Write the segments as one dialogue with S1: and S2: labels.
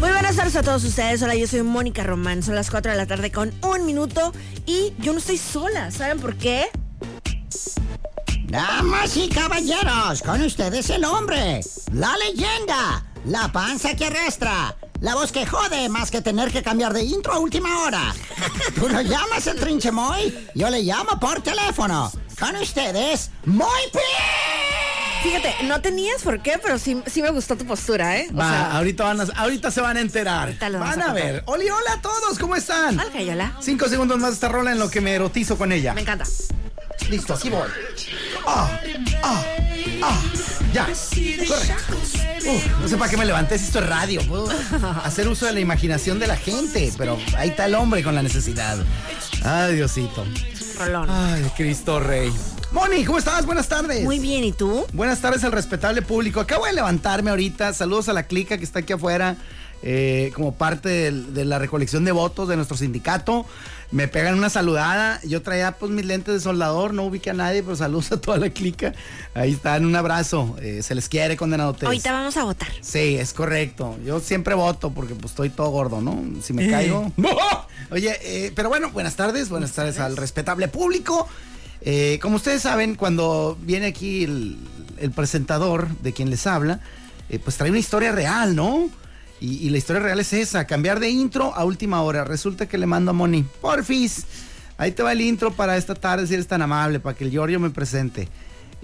S1: Muy buenas tardes a todos ustedes. Hola, yo soy Mónica Román. Son las 4 de la tarde con un minuto y yo no estoy sola. ¿Saben por qué?
S2: Damas y caballeros, con ustedes el hombre, la leyenda, la panza que arrastra, la voz que jode más que tener que cambiar de intro a última hora. Tú lo llamas el trinchemoy, yo le llamo por teléfono. Con ustedes, Moy Pit.
S1: Fíjate, no tenías por qué, pero sí, sí me gustó tu postura, ¿eh? O
S3: Va,
S1: sea,
S3: ahorita, van a- ahorita se van a enterar.
S1: Ahorita lo
S3: van
S1: vamos a
S3: a, ver. Oli, hola a todos, ¿cómo están?
S1: Hola, Cayola.
S3: Cinco segundos más de esta rola en lo que me erotizo con ella.
S1: me encanta.
S3: Listo, así voy. Ah, ah, ah, ya. Correcto. Uh, no sé para qué me levanté si esto es radio. Puedo hacer uso de la imaginación de la gente, pero ahí está el hombre con la necesidad. Ay, Diosito.
S1: Rolón.
S3: Ay, Cristo Rey. Moni, ¿cómo estás? Buenas tardes.
S1: Muy bien, ¿y tú?
S3: Buenas tardes al respetable público. Acabo de levantarme ahorita. Saludos a la clica que está aquí afuera. eh, como parte del- de la recolección de votos de nuestro sindicato. Me pegan una saludada. Yo traía pues mis lentes de soldador. No ubiqué a nadie, pero saludos a toda la clica. Ahí están. Un abrazo. eh, se les quiere, condenado
S1: Ahorita vamos a votar.
S3: Sí, es correcto. Yo siempre voto porque pues estoy todo gordo, ¿no? Si me caigo. Oye, eh, pero bueno, buenas tardes, buenas tardes al respetable público. Eh, como ustedes saben, cuando viene aquí el, el presentador de quien les habla, eh, pues trae una historia real, ¿no? Y, y la historia real es esa, cambiar de intro a última hora. Resulta que le mando a Moni, porfis, ahí te va el intro para esta tarde si eres tan amable, para que el Giorgio me presente.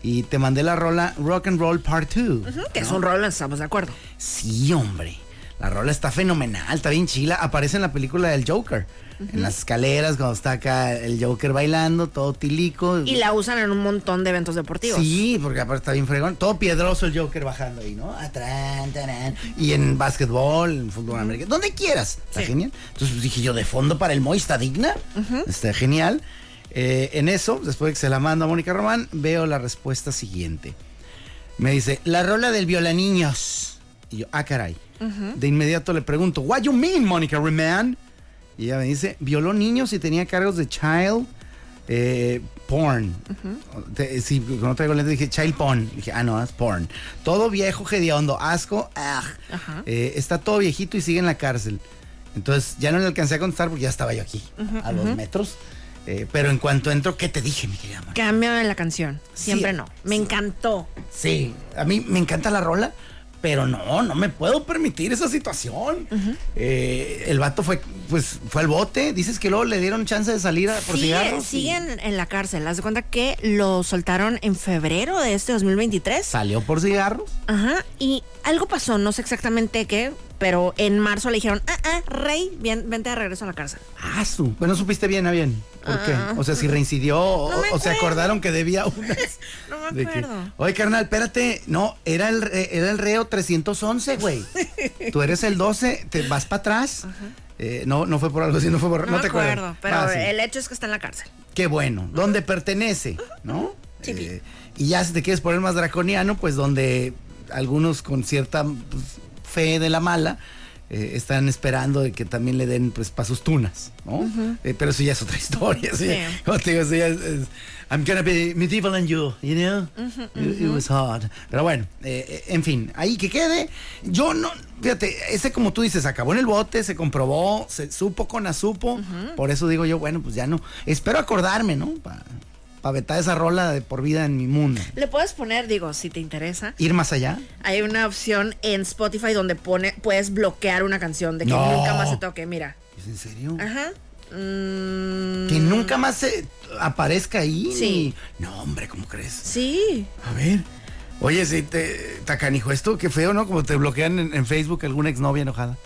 S3: Y te mandé la rola Rock and Roll Part 2.
S1: Que es un Rolón, estamos de acuerdo.
S3: Sí, hombre. La rola está fenomenal, está bien chila. Aparece en la película del Joker. En las escaleras, cuando está acá el Joker bailando, todo tilico.
S1: Y la usan en un montón de eventos deportivos.
S3: Sí, porque aparte está bien fregón. Todo piedroso el Joker bajando ahí, ¿no? Atrán, tarán. Y en básquetbol, en fútbol americano, donde quieras. Está
S1: Sí.
S3: genial. Entonces pues, dije yo, de fondo para el Moy está digna. Está genial. Eh, en eso, después de que se la mando a Mónica Román, veo la respuesta siguiente. Me dice, la rola del viola niños. Y yo, ah, caray. De inmediato le pregunto, what you mean, Mónica Román? Y ella me dice, violó niños y tenía cargos de child eh, porn. Te- sí, cuando traigo lentes dije child porn. Dije, ah, no, es porn. Todo viejo, hediondo, asco, aj.
S1: Ajá.
S3: Eh, está todo viejito y sigue en la cárcel. Entonces ya no le alcancé a contestar porque ya estaba yo aquí, a los metros. Eh, pero en cuanto entro, ¿qué te dije, mi querida Mónica?
S1: Cámbiame la canción. Siempre
S3: Sí.
S1: no. Me encantó.
S3: Sí, a mí me encanta la rola, pero no, no me puedo permitir esa situación. Eh, el vato fue, pues, fue al bote. Dices que luego le dieron chance de salir a, por
S1: Sigue-
S3: cigarros. y
S1: siguen en la cárcel. Haz de cuenta que lo soltaron en febrero de este 2023.
S3: Salió por cigarros.
S1: Ajá. Y algo pasó, no sé exactamente qué, pero en marzo le dijeron, ah, ah, rey, bien, vente de regreso a la cárcel.
S3: Ah, su. Pues no supiste bien a bien. ¿Por qué?
S1: Ah.
S3: O sea, si reincidió o,
S1: No me
S3: o se
S1: acuerdo.
S3: acordaron que debía unas.
S1: No me
S3: de que-
S1: acuerdo.
S3: Oye, carnal, espérate. No, era el, re- era el reo 311, güey. Tú eres el 12, te vas para atrás. Eh, no, no fue por algo así, no fue por.
S1: No,
S3: No,
S1: me
S3: te
S1: acuerdo,
S3: acuerdas.
S1: pero
S3: Ah, sí.
S1: el hecho es que está en la cárcel.
S3: Qué bueno, donde pertenece, ¿no?
S1: Sí,
S3: Eh,
S1: bien.
S3: y ya si te quieres poner más draconiano, pues donde algunos con cierta pues, fe de la mala eh, están esperando de que también le den pues pasos tunas, ¿no? Eh, pero eso ya es otra historia. eso ya-
S1: Sí.
S3: como te digo, eso ya es- es- I'm gonna be medieval and you, you know?
S1: Mm-hmm,
S3: It- It was hard. Pero bueno, eh, eh, en fin, ahí que quede. Yo no, fíjate, ese como tú dices, acabó en el bote, se comprobó, se supo con asupo.
S1: Mm-hmm.
S3: Por eso digo yo, bueno, pues ya no. Espero acordarme, ¿no? Para vetar esa rola de por vida en mi mundo.
S1: Le puedes poner, digo, si te interesa.
S3: Ir más allá.
S1: Hay una opción en Spotify donde pone, puedes bloquear una canción de que
S3: No.
S1: nunca más se toque. Mira.
S3: ¿Es en serio?
S1: Ajá. Ah, Mm,
S3: Que nunca más se aparezca ahí.
S1: Sí.
S3: ni- No, hombre, ¿cómo crees?
S1: Sí.
S3: A ver. Oye, si te tacanijo esto, qué feo, ¿no? Como te bloquean en, en Facebook alguna exnovia enojada.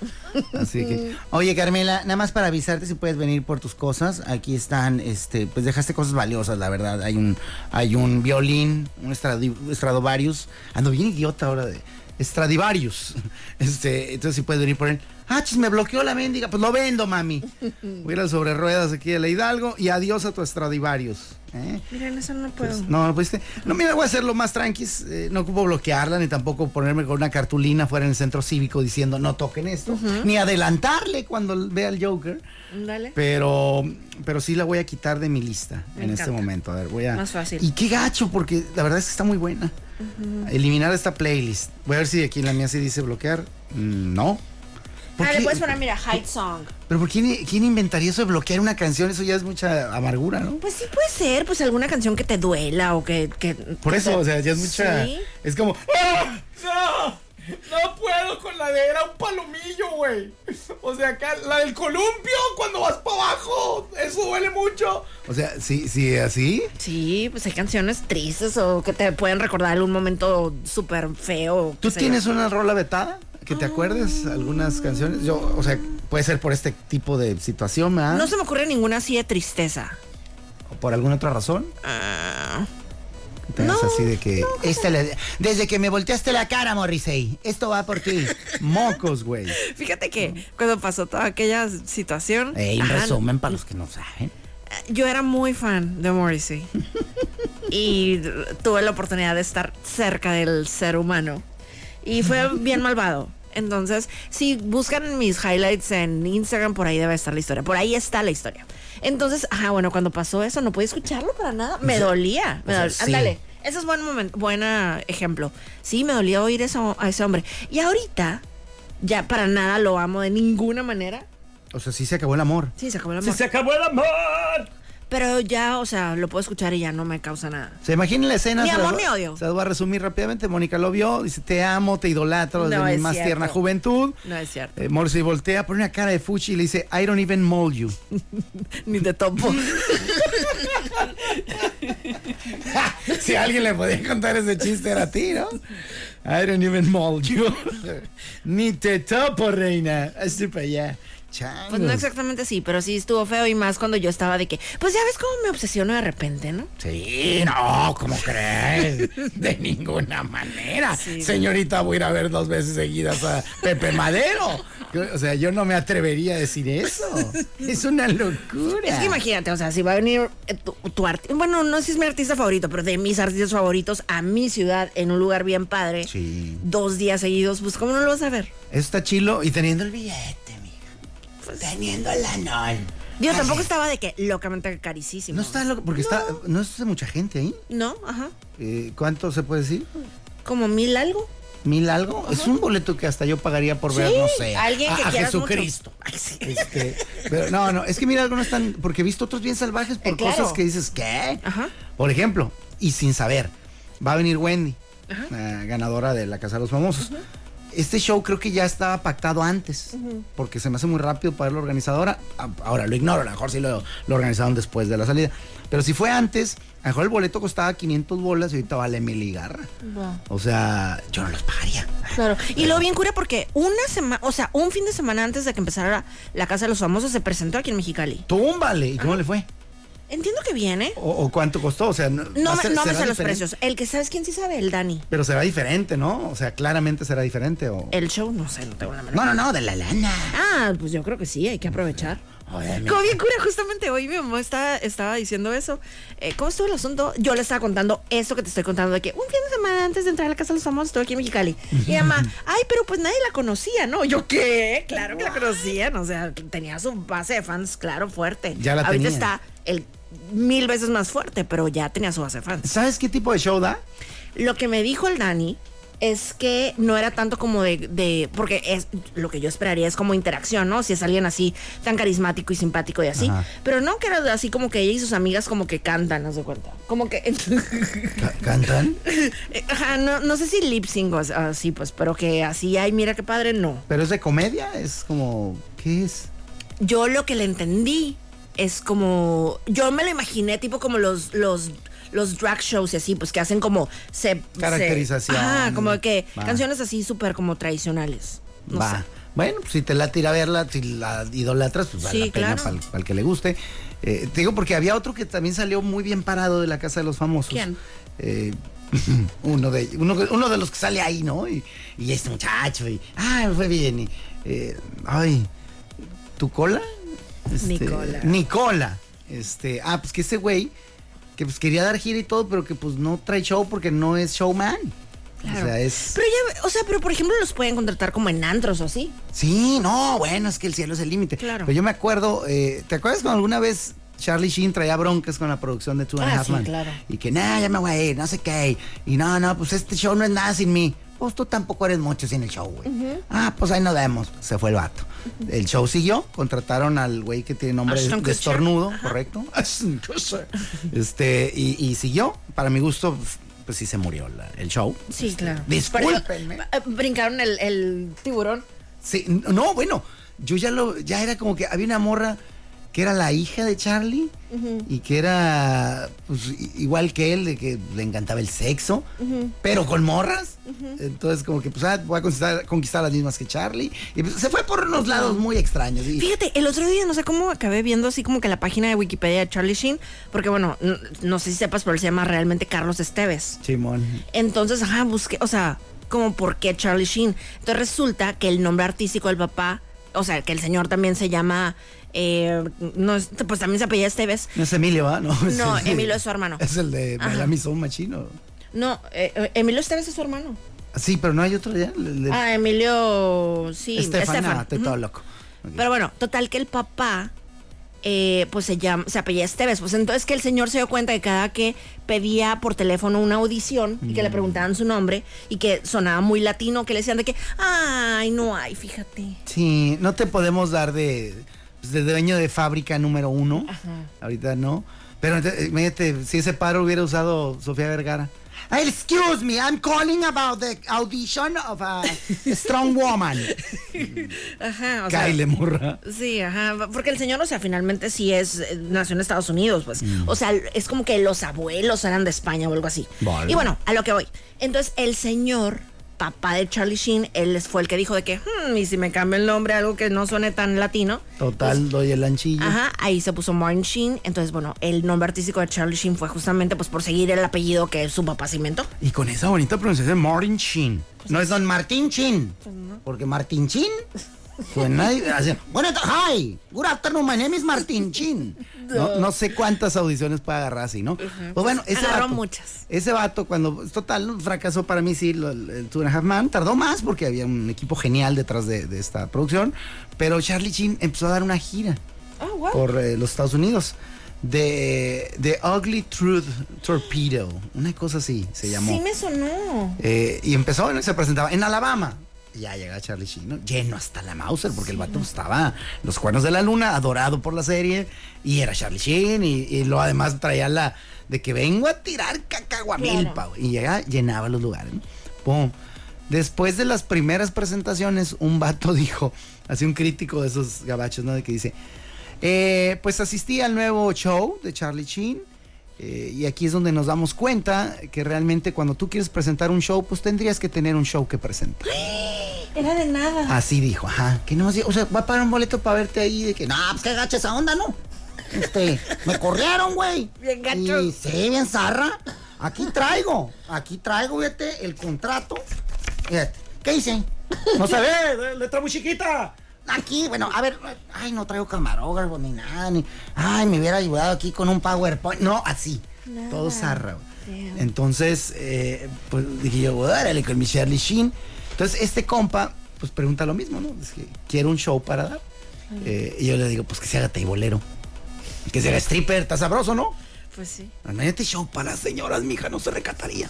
S3: Así que. Oye, Carmela, nada más para avisarte si puedes venir por tus cosas. Aquí están, este, pues dejaste cosas valiosas, la verdad. Hay un, hay un violín, un Stradi- Stradivarius. Ando bien idiota ahora de. Stradivarius. Este, entonces si puedes venir por él. Ah, chis, me bloqueó la mendiga. Pues lo vendo, mami. Voy a ir al sobre ruedas aquí de la Hidalgo y adiós a tu Stradivarius. ¿eh?
S1: Miren, eso no puedo.
S3: Pues, No, no pudiste. No, mira, voy a hacerlo más tranquis. eh, no ocupo bloquearla ni tampoco ponerme con una cartulina fuera en el centro cívico diciendo no toquen esto. Ni adelantarle cuando l- vea al Joker.
S1: Dale.
S3: Pero, pero sí la voy a quitar de mi lista
S1: Me
S3: en
S1: encanta.
S3: este momento. A ver, voy a.
S1: Más fácil.
S3: Y qué gacho, porque la verdad es que está muy buena. Eliminar esta playlist. Voy a ver si aquí en la mía sí dice bloquear. Mm, No. ¿Por
S1: Ah,
S3: qué?
S1: le puedes poner, mira, Hide Song.
S3: Pero ¿por quién, quién inventaría eso de bloquear una canción? Eso ya es mucha amargura, ¿no?
S1: Pues sí puede ser, pues alguna canción que te duela o que... que-
S3: Por
S1: que
S3: eso,
S1: te-
S3: o sea, ya es mucha.
S1: Sí.
S3: Es como.
S4: ¡Ah! ¡No! No puedo con la de era un palomillo, güey. O sea, acá, la del columpio cuando vas para abajo. Eso duele mucho.
S3: O sea, sí, sí, así.
S1: Sí, pues hay canciones tristes o que te pueden recordar algún momento súper feo.
S3: ¿Tú
S1: qué sé
S3: tienes
S1: yo.
S3: una rola vetada? ¿Que te acuerdes? Algunas canciones. Yo, o sea, puede ser por este tipo de situación, ¿verdad?
S1: No se me ocurre ninguna así de tristeza.
S3: ¿O por alguna otra razón?
S4: Ah.
S3: Tenés
S1: No,
S3: así de que. Esta la- desde que me volteaste la cara, Morrissey. Esto va por ti. Mocos, güey.
S1: Fíjate que cuando pasó toda aquella situación...
S3: Ey, en
S1: ajá,
S3: Eh, resumen, para los que no saben.
S1: Eh, Yo era muy fan de Morrissey. y tuve la oportunidad de estar cerca del ser humano. Y fue bien malvado. Entonces, si buscan mis highlights en Instagram, por ahí debe estar la historia. Por ahí está la historia. Entonces, ah, bueno, cuando pasó eso, no pude escucharlo para nada. Me dolía. Me
S3: Pues, o sea,
S1: dol-
S3: sí.
S1: Ándale. Ese es buen momento, buen ah, ejemplo. Sí, me dolía oír eso, a ese hombre. Y ahorita, ya para nada lo amo de ninguna manera.
S3: O sea, sí se acabó el amor.
S1: Sí, se acabó la
S4: acabó el amor!
S1: pero ya, o sea, lo puedo escuchar y ya no me causa nada.
S3: Se imaginen la escena.
S1: Ni
S3: se las
S1: amor
S3: voy-
S1: ni odio.
S3: Se las voy a resumir rápidamente. Mónica lo vio. Dice: Te amo, te idolatro desde
S1: No
S3: mi
S1: es
S3: más
S1: cierto.
S3: tierna juventud.
S1: No es cierto.
S3: Eh, Morrissey voltea, pone una cara de fuchi y le dice: I don't even mold you.
S1: Ni de topo.
S3: si alguien le podía contar ese chiste era a ti, ¿no? I don't even mold you. Ni te topo, reina. Así para allá. Changos.
S1: Pues no exactamente sí, pero sí estuvo feo y más cuando yo estaba de que, pues ya ves cómo me obsesiono de repente, ¿no?
S3: Sí, no, ¿cómo crees? De ninguna manera.
S1: Sí.
S3: Señorita, voy a ir a ver dos veces seguidas a Pepe Madero. O sea, yo no me atrevería a decir eso. Es una locura.
S1: Es que imagínate, o sea, si va a venir eh, tu, artista, bueno, no sé si es mi artista favorito, pero de mis artistas favoritos a mi ciudad en un lugar bien padre,
S3: Sí.
S1: dos días seguidos, pues ¿cómo no lo vas a ver?
S3: Eso está chilo y teniendo el billete, mija. Teniendo la nol.
S1: Yo tampoco estaba de que locamente carísimo.
S3: No está loco, porque está. No es mucha gente ahí.
S1: No, ajá.
S3: Eh, ¿Cuánto se puede decir?
S1: Como mil algo.
S3: ¿Mil algo? Es un boleto que hasta yo pagaría por ver,
S1: Sí,
S3: no sé.
S1: alguien que
S3: a, a
S1: quieras mucho.
S3: Jesucristo.
S1: Ay, sí.
S3: Este, pero no, no, es que mira, algunos están. Porque he visto otros bien salvajes por
S1: Eh, claro.
S3: cosas que dices, ¿qué?
S1: Ajá.
S3: Por ejemplo, y sin saber, va a venir Wendy, la ganadora de la Casa de los Famosos. Este show creo que ya estaba pactado antes, porque se me hace muy rápido para la organizadora. A- Ahora lo ignoro, a lo mejor sí lo, lo organizaron después de la salida. Pero si fue antes, a lo mejor el boleto costaba 500 bolas y ahorita vale mil y garra. O sea, yo no los pagaría.
S1: Claro. Y luego bien cura porque una semana, o sea, un fin de semana antes de que empezara la, la Casa de los Famosos se presentó aquí en Mexicali.
S3: Túmbale. ¿Y cómo le fue?
S1: Entiendo que viene.
S3: O, o cuánto costó? O sea, no, va
S1: No
S3: a
S1: me,
S3: ser-
S1: no me
S3: será
S1: sé los
S3: diferente.
S1: precios. El que sabes quién sí sabe, el Dani.
S3: Pero será diferente, ¿no? O sea, claramente será diferente. O...
S1: El show, no sé, no tengo la menor.
S3: No, no, no, de la lana.
S1: Ah, pues yo creo que sí, hay que aprovechar.
S3: Joder, mi-
S1: Como bien cura, justamente hoy mi mamá estaba, estaba diciendo eso. Eh, ¿Cómo estuvo el asunto? Yo le estaba contando esto que te estoy contando de que un fin de semana antes de entrar a la casa de los famosos estuve aquí en Mexicali. Y mi mamá, ay, pero pues nadie la conocía, ¿no? Yo qué, claro que la conocían. O sea, tenía su base de fans, claro, fuerte.
S3: Ya la
S1: Ahorita
S3: tenía.
S1: está el mil veces más fuerte, pero ya tenía su base de fans.
S3: ¿Sabes qué tipo de show da?
S1: Lo que me dijo el Dani es que no era tanto como de, de- porque es lo que yo esperaría es como interacción, ¿no? Si es alguien así tan carismático y simpático y así,
S3: Ajá.
S1: pero no que era así como que ella y sus amigas como que cantan, no se cuenta. Como que eh,
S3: Ca- ¿Cantan?
S1: ajá, no, no sé si lip sync o así pues, pero que así, ay, mira qué padre, no.
S3: ¿Pero es de comedia? Es como... ¿Qué es?
S1: Yo lo que le entendí es como yo me lo imaginé tipo como los los los drag shows y así, pues que hacen como se se-
S3: Caracterización.
S1: ajá, como que
S3: Va.
S1: canciones así súper como tradicionales. No
S3: Va.
S1: sé.
S3: Bueno, pues, si te late ir a verla, si la idolatras, pues vale
S1: Sí,
S3: la pena
S1: claro.
S3: para el, que le guste. Eh, te digo porque había otro que también salió muy bien parado de la Casa de los Famosos.
S1: ¿Quién?
S3: Eh, uno, de, uno, uno de los que sale ahí, ¿no? Y, y este muchacho, y, ah, me fue bien. y, eh, ay, ¿tu cola? Este,
S1: Nicola.
S3: Nicola. Este, ah, pues que ese güey, que pues quería dar gira y todo, pero que pues no trae show porque no es showman. O
S1: Claro.
S3: sea, es...
S1: Pero ya, o sea, pero por ejemplo los pueden contratar como en antros o así.
S3: Sí, no, bueno, es que el cielo es el límite.
S1: Claro.
S3: Pero yo me acuerdo, eh, ¿te acuerdas cuando alguna vez Charlie Sheen traía broncas con la producción de Two and a
S1: Ah,
S3: Half
S1: sí,
S3: Men?
S1: claro.
S3: Y que, nada, ya me voy a ir, no sé qué. Y no, no, pues este show no es nada sin mí. Pues tú tampoco eres mucho sin el show, güey. Ah, pues ahí nos vemos. Se fue el vato. El show siguió, contrataron al güey que tiene nombre de,
S1: Ashton
S3: de
S1: Kutcher.
S3: estornudo, correcto. Ashton Kutcher. Este, y, y siguió. Para mi gusto, pues sí se murió la- el show. Este,
S1: Sí, claro.
S3: Discúlpenme.
S1: eh, Brincaron el, el tiburón.
S3: Sí, no, bueno, yo ya lo, ya era como que había una morra que era la hija de Charlie y que era pues, i- igual que él, de que le encantaba el sexo, pero con morras. Entonces como que pues ah, voy a conquistar, conquistar las mismas que Charlie. Y pues, se fue por unos lados muy extraños. y-
S1: Fíjate, el otro día no sé cómo acabé viendo así como que la página de Wikipedia de Charlie Sheen, porque bueno, no, no sé si sepas, pero él se llama realmente Carlos Esteves.
S3: Simón.
S1: Entonces, ajá, busqué, o sea, como por qué Charlie Sheen. Entonces resulta que el nombre artístico del papá, o sea, que el señor también se llama, eh, no, es- pues también se apellida Esteves.
S3: No es Emilio, ¿va? No, es
S1: No,
S3: el de-
S1: Emilio es su hermano.
S3: Es el de
S1: Ajá.
S3: Miami Son Machino.
S1: No, eh, eh, Emilio Esteves es su hermano.
S3: Ah, Sí, pero no hay otro ya. el de
S1: Ah, Emilio, sí,
S3: Estefan,
S1: Estefan.
S3: ah, estoy
S1: Ujú.
S3: todo loco. Ok.
S1: Pero bueno, total que el papá, eh, pues se llama, se apellía Esteves. Pues entonces que el señor se dio cuenta que cada que pedía por teléfono una audición y que
S3: Mm.
S1: le preguntaban su nombre y que sonaba muy latino, que le decían de que, ay, no hay, fíjate.
S3: Sí, no te podemos dar de, pues, de dueño de fábrica número uno. Ahorita no. Pero ente- imagínate, si ese paro hubiera usado Sofía Vergara. Ah, Excuse me, I'm calling about the audition of a strong woman.
S1: Ajá, o sea.
S3: Kyle Murra.
S1: Sí, ajá, porque el señor, o sea, finalmente sí es, eh, nació en Estados Unidos, pues.
S3: Mm.
S1: O sea, es como que los abuelos eran de España o algo así.
S3: Vale.
S1: Y bueno, a lo que voy. Entonces, el señor, papá de Charlie Sheen, él fue el que dijo de que, "Hmm, y si me cambio el nombre, a algo que no suene tan latino.
S3: Total,
S1: pues,
S3: doy el anchillo.
S1: Ajá, ahí se puso Martin Sheen. Entonces, bueno, el nombre artístico de Charlie Sheen fue justamente pues por seguir el apellido que su papá se inventó.
S3: Y con esa bonita pronunciación de Martin Chin.
S1: Pues
S3: no es Don Martín Chin. Porque Martín Chin suena y hace, Bueno, t- hi, good afternoon, my name is Martín Chin. No, no sé cuántas audiciones puede agarrar así, ¿no? Pues bueno, ese
S1: Agarró
S3: vato,
S1: muchas.
S3: Ese vato, cuando, pues, total, fracasó para mí, sí, lo- el, Two and a Half Man, tardó más porque había un equipo genial detrás de, de esta producción, pero Charlie Chin empezó a dar una gira
S1: Oh, wow.
S3: por eh, los Estados Unidos. De The Ugly Truth Torpedo, una cosa así se llamó.
S1: Sí me sonó.
S3: Eh, y empezó, ¿no? se presentaba en Alabama. Y Ya llega Charlie Sheen, ¿no? lleno hasta la Mauser, porque el vato estaba los cuernos de la luna, adorado por la serie, y era Charlie Sheen, y, y lo además traía la de que vengo a tirar cacahuamilpa,
S1: Claro.
S3: güey. y llega, llenaba los lugares. ¿no? Pum. Después de las primeras presentaciones, un vato dijo, así un crítico de esos gabachos, ¿no? De que dice, eh, pues asistí al nuevo show de Charlie Sheen. eh, y aquí es donde nos damos cuenta que realmente cuando tú quieres presentar un show, pues tendrías que tener un show que presentar.
S1: Era de nada.
S3: Así dijo, ajá. Que no, o sea, va a pagar un boleto para verte ahí de que no.
S2: No, pues qué gacha esa onda, ¿no? Este, me corrieron, güey.
S1: Bien gacho.
S2: Y sí, bien zarra. Aquí traigo, aquí traigo, fíjate, el contrato. Fíjate, ¿qué hice?
S3: No se ve, letra muy chiquita.
S2: Aquí, bueno, a ver, ay, no traigo camarógrafo ni nada, ni, ay, me hubiera ayudado aquí con un PowerPoint. No, así, todo zarra. güey.
S3: Entonces, eh, pues dije yo, órale con mi Charlie Sheen. Entonces, este compa, pues pregunta lo mismo, ¿no? Es que quiero un show para dar. Eh, y yo le digo, pues que se haga teibolero. Que se haga stripper, está sabroso, ¿no?
S1: Pues sí.
S3: Imagínate show para las señoras, mija, no se recataría.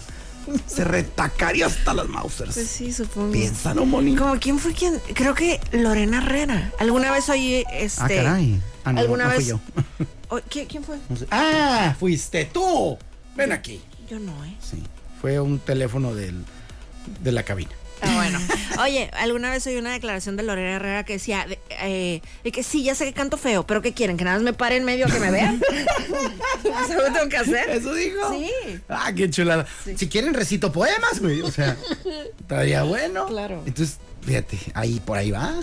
S3: Se retacaría hasta las Mausers.
S1: Pues sí, supongo.
S3: Piénsalo, Moni.
S1: Como quién fue quien, creo que Lorena Herrera. Alguna vez oí este.
S3: Ah, caray. Ah, no,
S1: alguna
S3: no fui
S1: vez.
S3: yo.
S1: O- ¿Qui- ¿Quién fue?
S3: Ah, fuiste tú. Ven aquí.
S1: Yo no, ¿eh?
S3: Sí, fue un teléfono del, de la cabina.
S1: Ah, bueno. Oye, alguna vez oí una declaración de Lorena Herrera que decía de, eh, de que sí, ya sé que canto feo, pero ¿qué quieren? ¿Que nada más me pare en medio a que me vean? ¿Eso lo tengo que hacer?
S3: ¿Eso dijo?
S1: Sí.
S3: Ah, qué chulada. Si quieren recito poemas, güey. O sea, estaría bueno.
S1: Claro.
S3: Entonces, Fíjate, ahí por ahí va.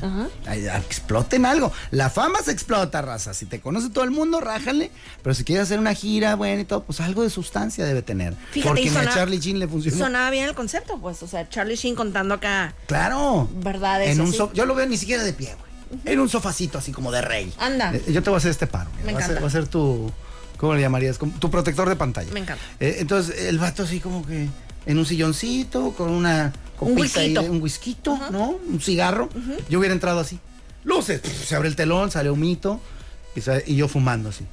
S3: Ahí, ah, exploten algo. La fama se explota, raza. Si te conoce todo el mundo, rájale. Pero si quieres hacer una gira, bueno y todo, pues algo de sustancia debe tener.
S1: Fíjate,
S3: Porque
S1: y
S3: ni
S1: sona-
S3: a Charlie Jean le funcionó.
S1: Sonaba bien el concepto, pues. O sea, Charlie Sheen contando acá.
S3: Claro.
S1: Verdades
S3: En un
S1: así.
S3: so- yo lo veo ni siquiera de pie, güey. En un sofacito así como de rey.
S1: Anda.
S3: Eh, Yo te voy a hacer este paro. mira.
S1: Me
S3: va, a ser,
S1: encanta.
S3: va a ser tu. ¿Cómo le llamarías? Como Tu protector de pantalla.
S1: Me encanta.
S3: Eh, entonces, el vato así como que en un silloncito, con una copita ahí
S1: whisquito.
S3: de- un whisky, ¿no? Un cigarro. Yo hubiera entrado así. Luces. pf, Se abre el telón, sale un mito. Y, sa- y yo fumando así.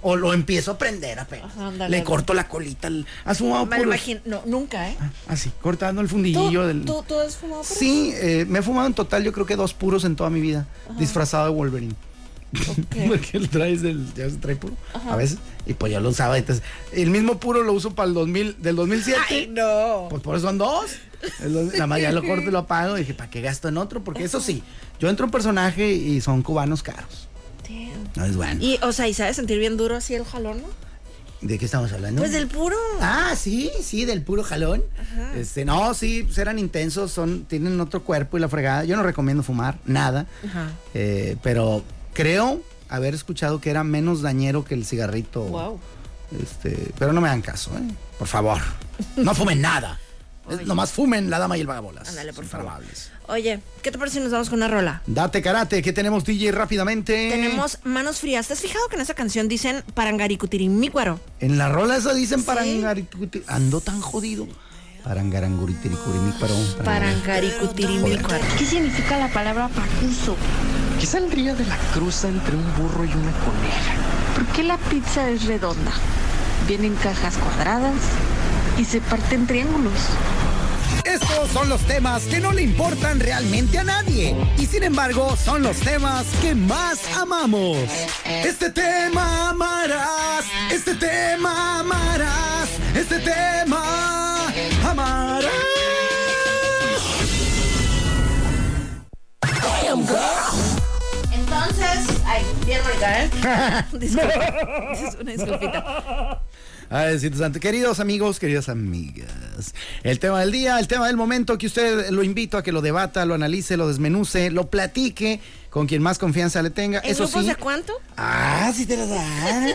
S3: O lo empiezo a prender apenas.
S1: Ajá, ándale.
S3: le corto la colita al- a su
S1: Me lo imagino. No, nunca, ¿eh?
S3: Ah, Así, cortando el
S1: ¿Tú,
S3: fundillillo del.
S1: tú, tú has fumado por
S3: Sí, eh, me he fumado en total, yo creo que dos puros en toda mi vida, disfrazado de Wolverine. Porque el traes del, ya se trae puro a veces, y pues yo lo usaba. Entonces, el mismo puro lo uso para el 2000, del 2007.
S1: Ay, no.
S3: Pues por eso son dos. El dos- Nada más ya lo corto y lo apago. Y dije, ¿para qué gasto en otro? Porque eso sí, yo entro en personaje y son cubanos caros.
S1: Damn.
S3: No es bueno.
S1: Y, o sea, ¿y sabes sentir bien duro así el jalón, no?
S3: ¿De qué estamos hablando?
S1: Pues del puro.
S3: Ah, sí, sí, del puro jalón. Este, no, sí, pues eran intensos, son, tienen otro cuerpo y la fregada. Yo no recomiendo fumar, nada.
S1: Ajá.
S3: Eh, pero creo haber escuchado que era menos dañero que el cigarrito.
S1: Wow.
S3: Este, pero no me hagan caso, ¿eh? Por favor. No fumen nada. Es- Nomás fumen la dama y el vagabolas.
S1: Ándale, por favor.
S3: Inflamables.
S1: Oye, ¿qué te parece si nos vamos con una rola?
S3: Date karate, que tenemos DJ rápidamente.
S1: Tenemos manos frías. ¿Te has fijado que en esa canción dicen parangaricutirimícuaro?
S3: En la rola esa dicen parangaricutirimícuaro. Ando tan jodido. Parangaranguritiricurimícuaro.
S1: Parangaricutirimícuaro.
S5: ¿Qué significa la palabra pacuso?
S6: ¿Qué saldría de la cruza entre un burro y una coneja?
S5: ¿Por qué la pizza es redonda? Viene en cajas cuadradas y se parte en triángulos.
S3: Estos son los temas que no le importan realmente a nadie y sin embargo son los temas que más amamos. Este tema amarás, este tema amarás, este tema amarás.
S1: Entonces, ay, bien rica, ¿eh? Disculpa. Es una disculpita.
S3: Ay, Diosito santo. Queridos amigos, queridas amigas, el tema del día, el tema del momento que usted lo invito a que lo debata, lo analice, lo desmenuce, lo platique con quien más confianza le tenga.
S1: ¿En
S3: Eso
S1: grupos
S3: sí,
S1: de cuánto?
S3: Ah, sí te las dan.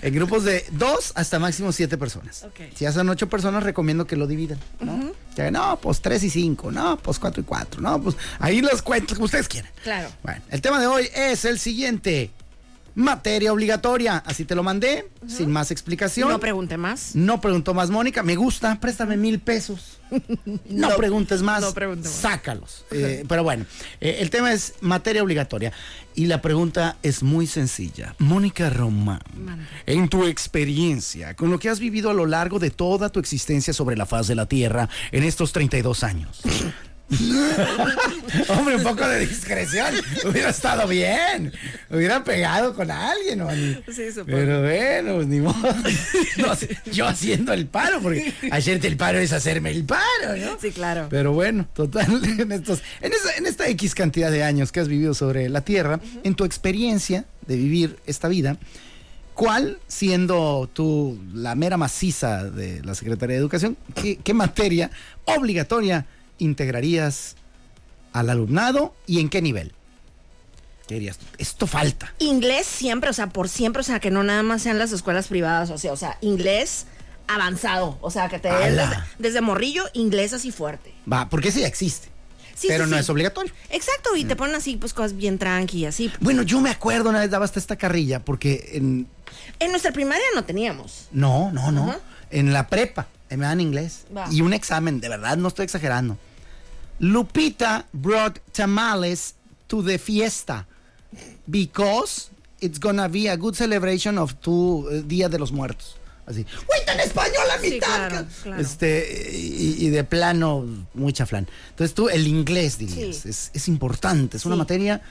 S3: En grupos de dos hasta máximo siete personas.
S1: Ok.
S3: Si ya son ocho personas, recomiendo que lo dividan, ¿no? Ya, no, pues tres y cinco, no, pues cuatro y cuatro, no, pues ahí las cuentas como ustedes quieran.
S1: Claro.
S3: Bueno, el tema de hoy es el siguiente. Materia obligatoria. Así te lo mandé, sin más explicación.
S1: No pregunte más.
S3: No preguntó más Mónica, me gusta, préstame mil pesos. No,
S1: No,
S3: preguntes más,
S1: no pregunto más.
S3: sácalos. Eh, pero bueno, eh, el tema es materia obligatoria y la pregunta es muy sencilla. Mónica Román, en tu experiencia, con lo que has vivido a lo largo de toda tu existencia sobre la faz de la Tierra en estos 32 años. Hombre, un poco de discreción. Hubiera estado bien. Hubiera pegado con alguien, Moni.
S1: Sí, supongo.
S3: Pero bueno, pues, ni modo. No, sí, yo haciendo el paro, porque hacerte el paro es hacerme el paro, ¿no?
S1: Sí, claro.
S3: Pero bueno, total, en, estos, en, esa- en esta X cantidad de años que has vivido sobre la Tierra, en tu experiencia de vivir esta vida, ¿cuál, siendo tú la mera maciza de la Secretaría de Educación, qué, qué materia obligatoria integrarías al alumnado y en qué nivel? ¿Qué dirías tú? Esto falta.
S1: Inglés siempre, o sea, por siempre, o sea, que no nada más sean las escuelas privadas, o sea, o sea, inglés avanzado, o sea, que te den desde,
S3: ¡Hala!
S1: desde morrillo, inglés así fuerte.
S3: Va, porque eso ya existe,
S1: Sí,
S3: pero
S1: sí,
S3: no
S1: sí.
S3: es Mm. obligatorio.
S1: Exacto, y te ponen así, pues cosas bien tranqui, y así.
S3: Bueno, yo me acuerdo una vez daba hasta esta carrilla porque en,
S1: En nuestra primaria no teníamos.
S3: No, no, no.
S1: Ajá.
S3: En la prepa eh, me dan inglés.
S1: Va.
S3: Y un examen, de verdad, no estoy exagerando. Lupita brought tamales to the fiesta because it's gonna be a good celebration of tu eh, Día de los Muertos. Así. ¡Uy, tan español a
S1: Sí,
S3: mitad!
S1: claro, claro.
S3: Este, y, y de plano, muy chaflán. Entonces tú, el inglés, dirías,
S1: Sí.
S3: es, es importante, es una
S1: Sí.
S3: materia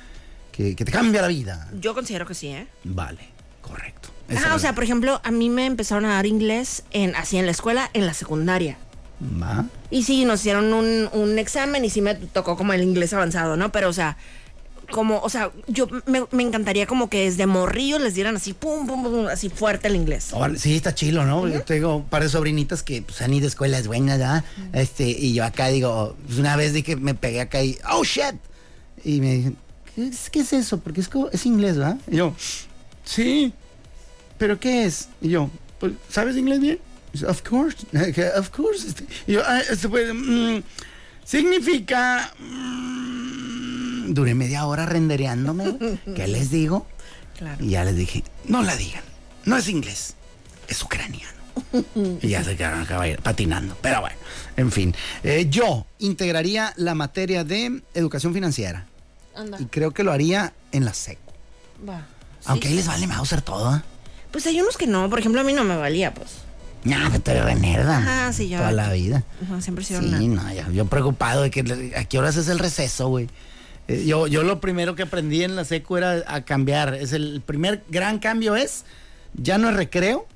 S3: que, que te cambia la vida.
S1: Yo considero que sí, ¿eh?
S3: Vale, correcto. Esa
S1: Ah, o
S3: era
S1: sea, por ejemplo, a mí me empezaron a dar inglés en, así en la escuela, en la secundaria.
S3: la- Va.
S1: Y sí, nos hicieron un, un examen y sí me tocó como el inglés avanzado, ¿no? Pero, o sea, como, o sea, yo me, me encantaría como que desde morrillo les dieran así, pum, pum, pum, así fuerte el inglés.
S3: Ahora, Sí, está chilo, ¿no? Yo tengo un par de sobrinitas que pues, han ido a escuelas buenas, ¿verdad? Este, y yo acá digo, pues, una vez dije, me pegué acá y, oh shit. Y me dicen, ¿qué es, qué es eso? Porque es, como- es inglés, ¿verdad? Y yo, sí. ¿Pero qué es? Y yo, pues, ¿sabes inglés bien? Dice, Of course, of course. Este, Y yo, "Ah, este, pues, mm, significa. mm". duré media hora rendereándome. güey. ¿Qué les digo?
S1: Claro.
S3: Y ya les dije, no la digan. No es inglés, es ucraniano. y ya se quedaron acá bail- patinando. Pero bueno, en fin. Eh, yo integraría la materia de educación financiera.
S1: Anda,
S3: Y creo que lo haría en la seco.
S1: va.
S3: Aunque ahí les vale Mauser todo, ¿ah?
S1: Pues hay unos que no, por ejemplo, a mí no me valía, pues.
S3: No, pero tú eres re nerda.
S1: Ah, sí, yo-
S3: Toda la vida.
S1: Ajá, siempre he sido
S3: Sí,
S1: una-
S3: no, ya, yo preocupado de que le- a qué horas es el receso, güey. Eh, yo, yo lo primero que aprendí en la secu era a cambiar. Es el, primer gran cambio es, ya no es recreo,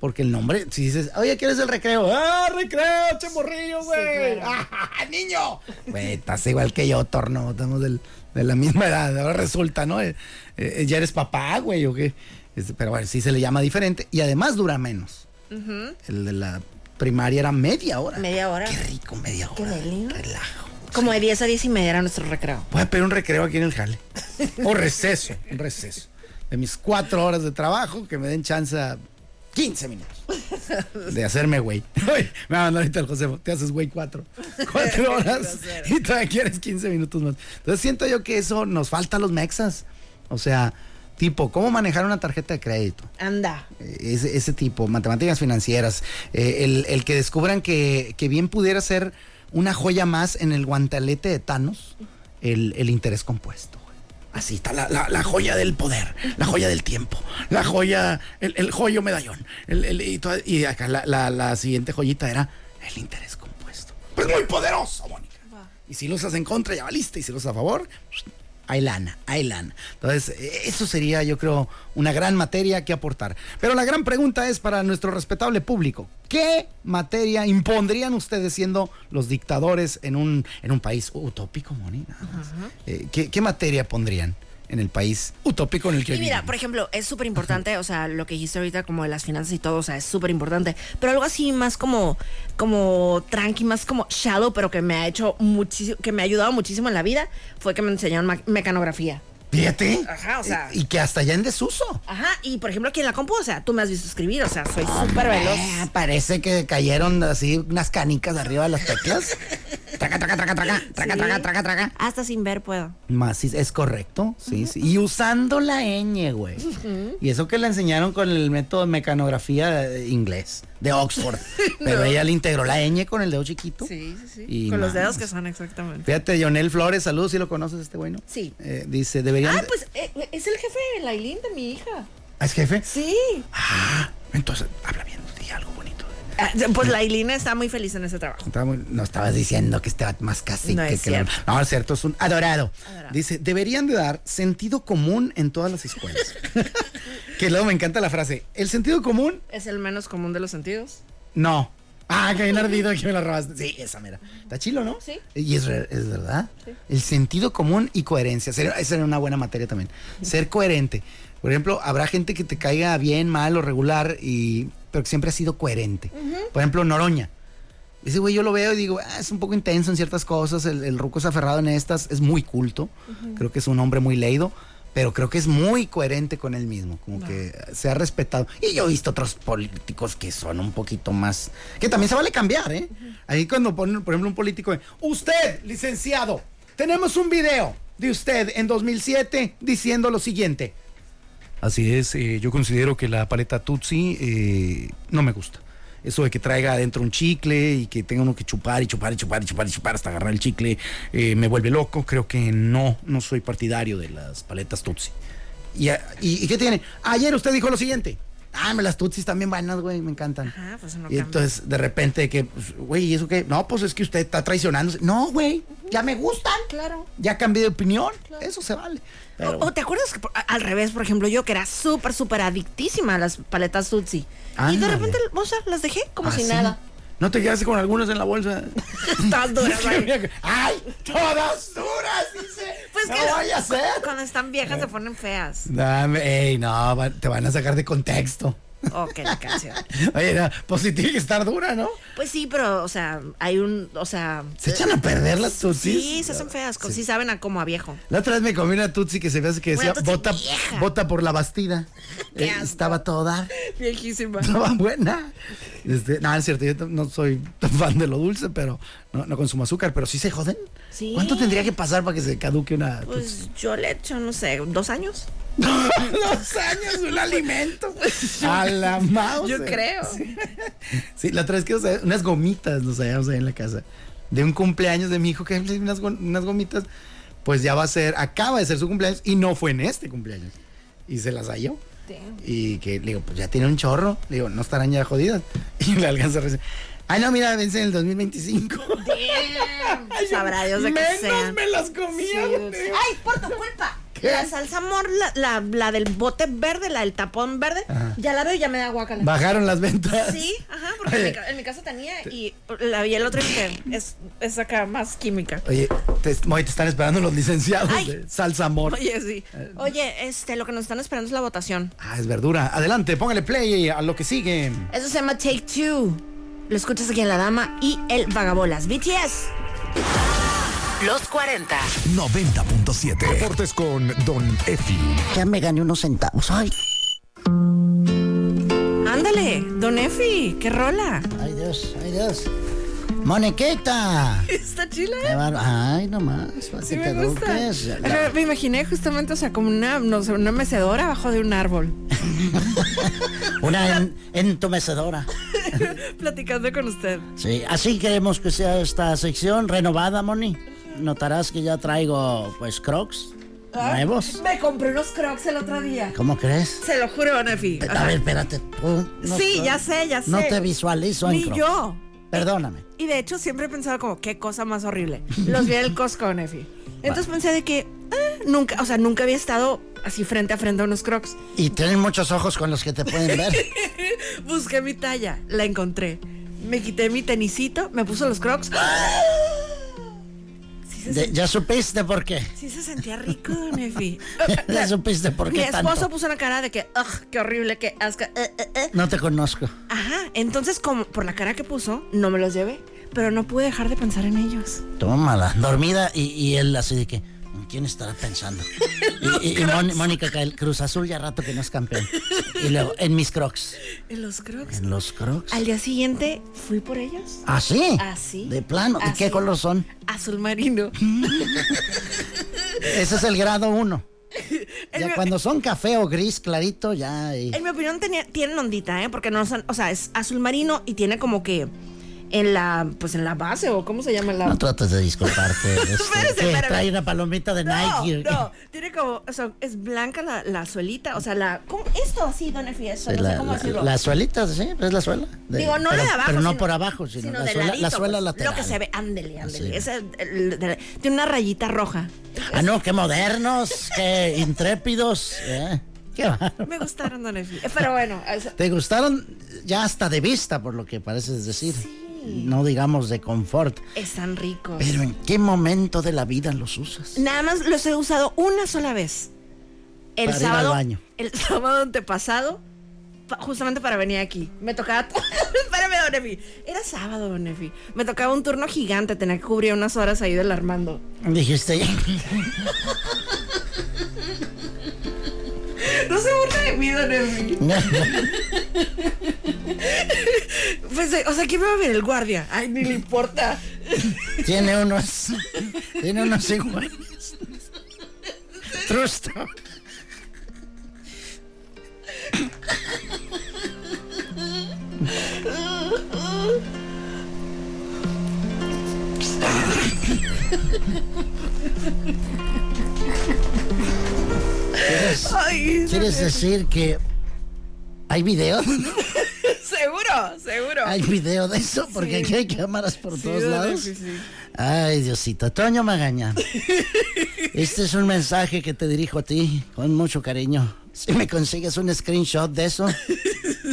S3: porque el nombre, si dices, oye, ¿quieres el recreo? ¡Ah, recreo, chemorrillo, güey! ¡Ah, niño! Güey, estás igual que yo, Torno, estamos del- de la misma edad. Ahora resulta, ¿no? Eh, eh, ya eres papá, güey, o qué. Este, Pero bueno, sí se le llama diferente y además dura menos. El de la primaria era media hora.
S1: Media hora.
S3: Qué rico, media hora.
S1: Qué deli.
S3: Relajo.
S1: Como de 10 a 10 y media era nuestro recreo.
S3: Voy a pedir un recreo aquí en el jale. O receso, un receso. De mis cuatro horas de trabajo, que me den chance a 15 minutos de hacerme güey. Oye, Me va a mandar ahorita el Josefo, te haces güey cuatro. Cuatro horas y todavía quieres 15 minutos más. Entonces siento yo que eso nos falta a los mexas. O sea, tipo, ¿cómo manejar una tarjeta de crédito?
S1: Anda.
S3: Ese, ese tipo, matemáticas financieras, eh, el, el que descubran que, que bien pudiera ser una joya más en el guantalete de Thanos, el, el interés compuesto. güey. Así está la, la- la joya del poder, la joya del tiempo, la joya, el, el joyo medallón. el- el- y, toda- y acá la, la- la siguiente joyita era el interés compuesto. Pues muy poderoso, Mónica. Y si lo usas en contra, ya valiste. Y si lo usas a favor, hay lana, hay lana. Entonces, eh, eso sería, yo creo, una gran materia que aportar. Pero la gran pregunta es para nuestro respetable público. ¿Qué materia impondrían ustedes siendo los dictadores en un, en un país utópico, Moni? nada más? Eh, ¿qué, qué materia pondrían en el país utópico en el que
S1: Y mira,
S3: vivimos?
S1: por ejemplo, es súper importante, o sea, lo que dijiste ahorita como de las finanzas y todo, o sea, es súper importante, pero algo así más como, como tranqui, más como shadow, pero que me ha hecho muchísimo, que me ha ayudado muchísimo en la vida, fue que me enseñaron ma- mecanografía.
S3: Fíjate. Eh,
S1: Ajá, o sea-
S3: Y, y que hasta ya en desuso.
S1: Ajá, y por ejemplo aquí en la compu, o sea, tú me has visto escribir, o sea, soy súper veloz.
S3: Eh, parece que cayeron así unas canicas de arriba de las teclas. traca, traca, traca, traca, traca,
S1: Sí.
S3: traca, traca, traca.
S1: Hasta sin ver puedo.
S3: Más es correcto, sí, sí. Y usando la ñ, güey. Y eso que la enseñaron con el método de mecanografía eh, inglés de Oxford. Pero ella le integró la ñ con el dedo chiquito. Y
S1: Con los
S3: mames.
S1: dedos que son, exactamente.
S3: Fíjate, Jonel Flores, saludos, si lo conoces este güey, ¿no?
S1: Sí.
S3: Eh, dice, deberían...
S1: Ah, pues eh, es el jefe de Lailín, de mi hija.
S3: ¿Ah, ¿Es jefe?
S1: Sí.
S3: Ah, entonces, habla bien, di algo bonito.
S1: Ah, Pues Lailín está muy feliz en ese trabajo.
S3: Estaba muy- no estabas diciendo que estaba más cacique
S1: No es
S3: que la-
S1: cierto.
S3: No, es cierto, es un adorado.
S1: Adorado.
S3: Dice, deberían de dar sentido común en todas las escuelas. que luego me encanta la frase, el sentido común,
S1: Es el menos común de los sentidos.
S3: no. Ah, que bien ardido que me la robaste. Sí, esa mera. Está chilo, ¿no?
S1: Sí.
S3: Y es, re- es verdad. El sentido común y coherencia. Ser- esa era una buena materia también. Ser coherente. Por ejemplo, habrá gente que te caiga bien, mal o regular, y, pero que siempre ha sido coherente. Por ejemplo, Noroña. Ese güey yo lo veo y digo, "Ah, es un poco intenso en ciertas cosas, el, el ruco es aferrado en estas, es muy culto, creo que es un hombre muy leído, pero creo que es muy coherente con él mismo, como que se ha respetado. Y yo he visto otros políticos que son un poquito más, que también se vale cambiar, ¿eh? Ahí cuando ponen, por ejemplo, un político, de, usted, licenciado, tenemos un video de usted en 2007 diciendo lo siguiente. Así es, eh, yo considero que la paleta Tutsi eh, no me gusta. Eso de que traiga adentro un chicle y que tenga uno que chupar y chupar y chupar y chupar y chupar hasta agarrar el chicle eh, me vuelve loco. Creo que no, no soy partidario de las paletas Tutsi. ¿Y, a- y- y qué tiene? Ayer usted dijo lo siguiente. Ah, me las Tutsis también buenas, güey, me encantan.
S1: Ajá, pues no
S3: y
S1: cambia.
S3: entonces de repente que, pues, güey, ¿y eso qué? No, pues es que usted está traicionándose. No, güey, ya me gustan.
S1: Claro.
S3: Ya cambié de opinión. Eso se vale. Pero-
S1: O, o te acuerdas que por- a- al revés, por ejemplo, yo que era súper, súper adictísima a las paletas Tutsi. Y de
S3: Ándale.
S1: repente, o sea, las dejé como
S3: Ah,
S1: si
S3: ¿sí?
S1: nada.
S3: ¿No te quedaste con algunas en la bolsa?
S1: Todas duras, güey.
S3: ¡Ay! ¡Todas duras! Dice.
S1: Pues
S3: no
S1: que-
S3: vaya a ser.
S1: Cuando están viejas se ponen feas.
S3: Dame, ey, no, va- te van a sacar de contexto.
S1: Oh, qué la canción.
S3: Oye, no, pues sí tiene que estar dura, ¿no?
S1: Pues sí, pero, o sea, hay un, o sea...
S3: Se echan a perder las tutsis.
S1: Sí, se hacen feas, co- sí, saben a como a viejo.
S3: La otra vez me comí una tutsi que se me hace que
S1: Una
S3: decía
S1: tutsi
S3: bota,
S1: vieja".
S3: bota por la bastida.
S1: Qué
S3: Eh,
S1: asco.
S3: estaba toda.
S1: Viejísima.
S3: Estaba buena. Este, no, es cierto, yo t- no soy tan fan de lo dulce, pero no, no consumo azúcar, pero sí se joden.
S1: Sí.
S3: ¿Cuánto tendría que pasar para que se caduque una tutsi?
S1: Pues yo le echo, no sé, dos años.
S3: Dos años, un alimento. A la mouse.
S1: Yo creo.
S3: Sí, la otra vez que o sea, unas gomitas nos hallamos ahí en la casa. De un cumpleaños de mi hijo que le unas, go- unas gomitas. Pues ya va a ser, acaba de ser su cumpleaños y no fue en este cumpleaños. Y se las halló. Y que le digo, pues ya tiene un chorro. Le digo, no estarán ya jodidas. Y le alcanza a decir, ah, no, mira, vence en el 2025.
S1: Sabrá Dios de que
S4: Menos
S1: sean.
S4: me las comía. güey.
S1: Ay, por tu culpa. La salsa amor, la, la, la del bote verde, la del tapón verde, ya la veo y ya me da guacala.
S3: Bajaron las ventas.
S1: Sí, ajá, porque en
S3: Oye.
S1: mi, ca- en mi casa tenía y la vi el otro y dije, es, es acá más química.
S3: Oye, te, Moy, te están esperando los licenciados
S1: Ay.
S3: de Salsa Amor.
S1: Oye, sí. Oye, este, lo que nos están esperando es la votación.
S3: Ah, es verdura. Adelante, póngale play a lo que sigue.
S1: Eso se llama Take Two. Lo escuchas aquí en La Dama y el Vagabolas. BTS.
S7: Los 40
S8: 90.7. Deportes con Don Efi.
S2: Ya me gané unos centavos. Ay,
S1: Ándale, Don Efi, qué rola.
S2: ay Dios, ay Dios. Monequeta.
S1: Está chila, ¿eh?
S2: Qué barba- Ay, nomás, para
S1: Sí
S2: que
S1: me
S2: te
S1: gusta.
S2: eduques. La-
S1: Ajá, Me imaginé justamente, o sea, como una, no sé, una mecedora abajo de un árbol,
S2: Una en- entumecedora.
S1: platicando con usted.
S2: Sí, así queremos que sea esta sección renovada, Moni. Notarás que ya traigo, pues, crocs Ah, nuevos.
S1: Me compré unos crocs el otro día.
S2: ¿Cómo crees?
S1: Se lo juro, Don Efi.
S2: Pe- Eh, A
S1: Ajá.
S2: ver, espérate, tú. no
S1: sí,
S2: te-
S1: ya sé, ya sé.
S2: No te visualizo en
S1: Ni
S2: crocs.
S1: yo.
S2: Perdóname.
S1: Y de hecho siempre he pensado como, qué cosa más horrible. Los vi en el Costco, Nefi. Entonces pensé de que ah, nunca, o sea, nunca había estado así frente a frente a unos crocs.
S2: Y tienen muchos ojos con los que te pueden ver.
S1: Busqué mi talla, la encontré. Me quité mi tenisito, me puso los crocs. ¡Ah! Sí se,
S2: De- ya supiste por qué.
S1: sí se sentía rico, Nefi.
S2: Ya supiste por
S1: Mi
S2: qué
S1: esposo
S2: tanto.
S1: puso una cara de que, ugh, qué horrible, qué asco. eh, eh, eh".
S2: No te conozco.
S1: Ajá, entonces como por la cara que puso, no me los llevé. Pero no pude dejar de pensar en ellos.
S2: Tómala, dormida y, y él así de que, ¿en quién estará pensando? y y- y Moni- Mónica Cael, Cruz Azul ya rato que no es campeón. Y luego, en mis crocs.
S1: En los crocs.
S2: ¿En los crocs?
S1: Al día siguiente fui por ellos.
S2: ¿Ah, sí?
S1: Así.
S2: De plano. ¿Y
S1: Así.
S2: qué color son?
S1: Azul marino.
S2: Ese es el grado uno.
S1: En mi-
S2: Ya cuando son café o gris clarito, ya... ahí.
S1: En mi opinión tenía- tienen ondita, ¿eh? Porque no son, o sea, es azul marino y tiene como que en la, pues en la base o cómo se llama la...
S2: No trates de disculparte. este,
S1: Espérese,
S2: ¿qué?
S1: espérame.
S2: trae una palomita de
S1: no,
S2: Nike.
S1: no, tiene como, o sea, es blanca la, la suelita, o sea, la, ¿cómo? esto así, don Efi, eso,
S2: Sí,
S1: no sé
S2: la,
S1: cómo
S2: la-
S1: decirlo.
S2: la suelita, sí, es la suela. De-
S1: Digo, no
S2: pero,
S1: la de abajo.
S2: Pero no
S1: sino-
S2: por abajo, sino, la,
S1: de
S2: suela,
S1: ladito,
S2: la suela
S1: pues,
S2: lateral. Ah,
S1: Lo que se ve, ándele, ándele.
S2: Así.
S1: Esa, el- de- tiene una rayita roja.
S2: Ah, no, qué modernos, qué intrépidos. ¿eh? Qué bárbaro.
S1: Me gustaron, don Efi. Eh, Pero bueno, es-
S2: Te gustaron ya hasta de vista, por lo que pareces decir. No digamos de confort.
S1: están ricos.
S2: Pero ¿en qué momento de la vida los usas?
S1: Nada más los he usado una sola vez. El
S2: Para ir al
S1: sábado.
S2: baño.
S1: El sábado antepasado. pa- justamente para venir aquí. Me tocaba. to- Espérame, don Efi. Era sábado, don Efi. Me tocaba un turno gigante. Tenía que cubrir unas horas ahí del Armando.
S2: Dijiste,
S1: No se burla de mí, don Efi. Pues, eh, o sea, ¿quién me va a ver? El guardia. Ay, ni le importa.
S2: tiene unos. Tiene unos iguales. Trusto.
S1: Ay,
S2: ¿Quieres decir que hay video?
S1: seguro, seguro.
S2: Hay video de eso, porque aquí hay cámaras por
S1: Sí,
S2: todos
S1: don
S2: lados.
S1: Efi, sí.
S2: Ay, Diosito. Toño Magaña. Este es un mensaje que te dirijo a ti con mucho cariño. Si me consigues un screenshot de eso,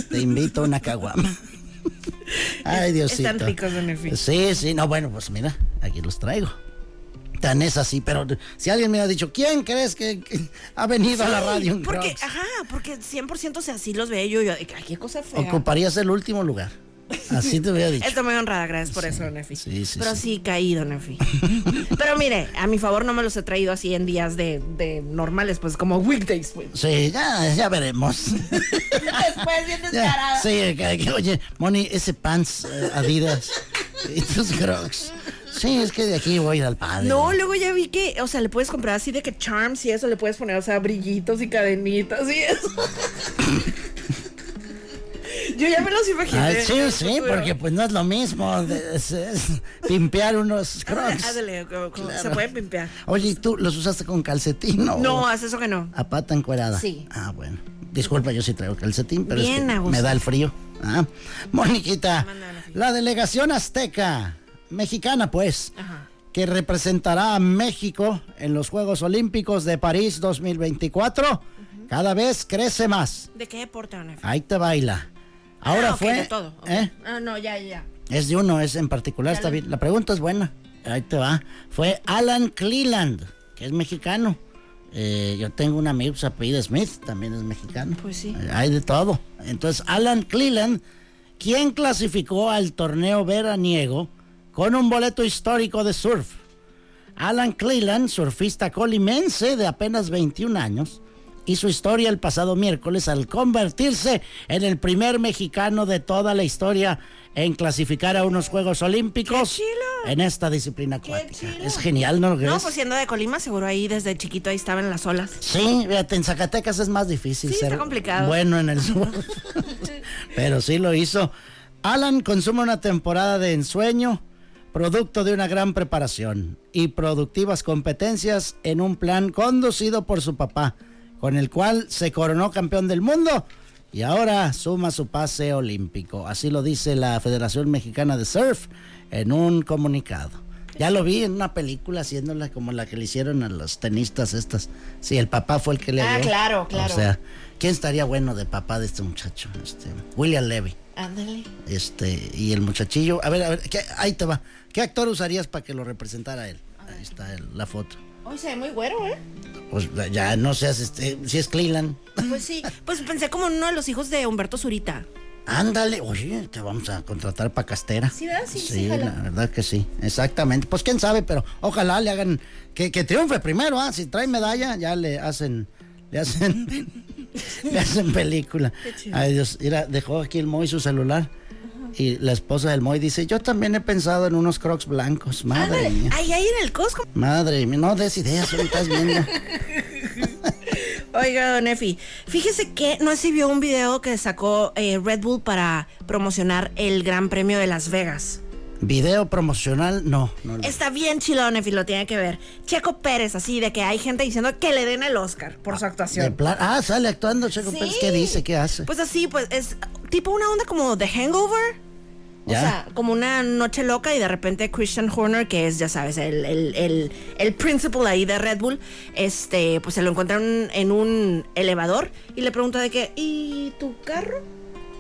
S2: te invito a una caguama.
S3: Ay,
S2: Pues
S3: Diosito.
S1: Están ricos, don Efi.
S3: Sí, sí, no, bueno, pues mira, aquí los traigo. Tan es así, pero si alguien me ha dicho, ¿quién crees que, que ha venido a la
S1: Sí, Ah,
S3: radio? en
S1: Porque,
S3: Crocs?"
S1: ajá, porque 100% si así los veo yo, yo, ay, qué cosa fea.
S3: Ocuparías el último lugar. Así te había dicho.
S1: Estoy muy honrada, gracias por eso, Nefi.
S3: sí, sí,
S1: Pero
S3: sí.
S1: sí, caí, don Efi. Pero mire, a mi favor no me los he traído así en días de, de normales, pues como weekdays, pues.
S3: Sí, ya, ya veremos.
S1: Después, bien
S3: Ya,
S1: descarada.
S3: sí, que- que- oye, Moni, ese pants eh, Adidas y tus crocs. Sí, es que de aquí voy a ir al padre.
S1: No, luego ya vi que, o sea, le puedes comprar así de que charms y eso, le puedes poner, o sea, brillitos y cadenitas y eso. Yo ya me los imaginé.
S3: Ay,
S1: en
S3: Ah, sí,
S1: el
S3: sí,
S1: futuro.
S3: porque pues no es lo mismo de- es- es limpiar unos crocs.
S1: Ándale, como- como se
S3: Claro. Oh.
S1: pueden pimpear.
S3: Oye, ¿y tú los usaste con calcetín o
S1: No, haz eso que no.
S3: a pata encuerada?
S1: Sí.
S3: Ah, bueno. Disculpa, yo sí traigo calcetín, pero
S1: Bien,
S3: es que
S1: Agustín.
S3: me da el frío. Ah. Moniquita,
S1: Mándalo.
S3: la delegación azteca, mexicana pues,
S1: Ajá.
S3: que representará a México en los Juegos Olímpicos de París 2024, cada vez crece más.
S1: ¿De qué deporte, don Efi?
S3: Ahí te baila. Ahora
S1: Ah, ok,
S3: fue...
S1: de todo. ok.
S3: ¿eh?
S1: Ah, no, ya, ya.
S3: Es de uno, es en particular, está bien. La pregunta es buena. Ahí te va. Fue Alan Cleland, que es mexicano. Eh, yo tengo un amigo que se apellida Smith, también es mexicano.
S1: Pues sí.
S3: Eh, Hay de todo. Entonces, Alan Cleland, quien clasificó al torneo veraniego con un boleto histórico de surf. Alan Cleland, surfista colimense de apenas 21 años, hizo historia el pasado miércoles al convertirse en el primer mexicano de toda la historia en clasificar a unos Juegos Olímpicos
S1: ¡Qué chilo!
S3: en esta disciplina acuática. Es genial, ¿no lo
S1: No,
S3: crees?
S1: pues siendo de Colima, seguro ahí desde chiquito ahí estaban las olas.
S3: Sí, fíjate, en Zacatecas es más difícil
S1: Sí, está
S3: ser
S1: complicado.
S3: bueno en el surf. Pero sí lo hizo. Alan consume una temporada de ensueño, producto de una gran preparación y productivas competencias en un plan conducido por su papá, con el cual se coronó campeón del mundo y ahora suma su pase olímpico. Así lo dice la Federación Mexicana de Surf en un comunicado. Ya lo vi en una película haciéndola como la que le hicieron a los tenistas estas. Sí, el papá fue el que le
S1: Ah,
S3: dio.
S1: claro,
S3: O
S1: claro.
S3: sea, ¿quién estaría bueno de papá de este muchacho? Este, William Levy.
S1: Ándale.
S3: Este, y el muchachillo. A ver, a ver, ¿qué- ahí te va. ¿Qué actor usarías para que lo representara él? Ahí está el- la foto.
S1: Hoy se ve muy güero, ¿eh?
S3: Pues ya no seas este, si es Cleland.
S1: Pues sí. Pues pensé como en uno de los hijos de Humberto Zurita.
S3: Ándale, oye, te vamos a contratar para castera.
S1: Sí, ¿verdad? Sí, sí, jala.
S3: la verdad que sí, exactamente. Pues quién sabe, pero ojalá le hagan que, que triunfe primero, ¿ah? Si trae medalla, ya le hacen, le hacen, le hacen película. Ay Dios, mira, dejó aquí el Moy su celular. Y la esposa del Moy dice, yo también he pensado en unos crocs blancos, madre
S1: Ándale.
S3: mía.
S1: Ahí, ahí en el Costco.
S3: Madre mía, no des ideas, ahorita estás viendo.
S1: Oiga, don Efi, fíjese que no sé si vio un video que sacó eh, Red Bull para promocionar el Gran Premio de Las Vegas.
S3: Video promocional, no, no lo-
S1: Está bien chido, don Efi, lo tiene que ver. Checo Pérez, así de que hay gente diciendo que le den el Oscar por su
S3: de
S1: actuación.
S3: plan- ah, sale actuando Checo
S1: Sí.
S3: Pérez, ¿qué dice? ¿Qué hace?
S1: Pues así, pues es tipo una onda como The Hangover. O
S3: Ya.
S1: sea, como una noche loca y de repente Christian Horner, que es, ya sabes, el, el, el, el principal ahí de Red Bull, este, pues se lo encuentran en un elevador y le pregunta de que, ¿y tu carro?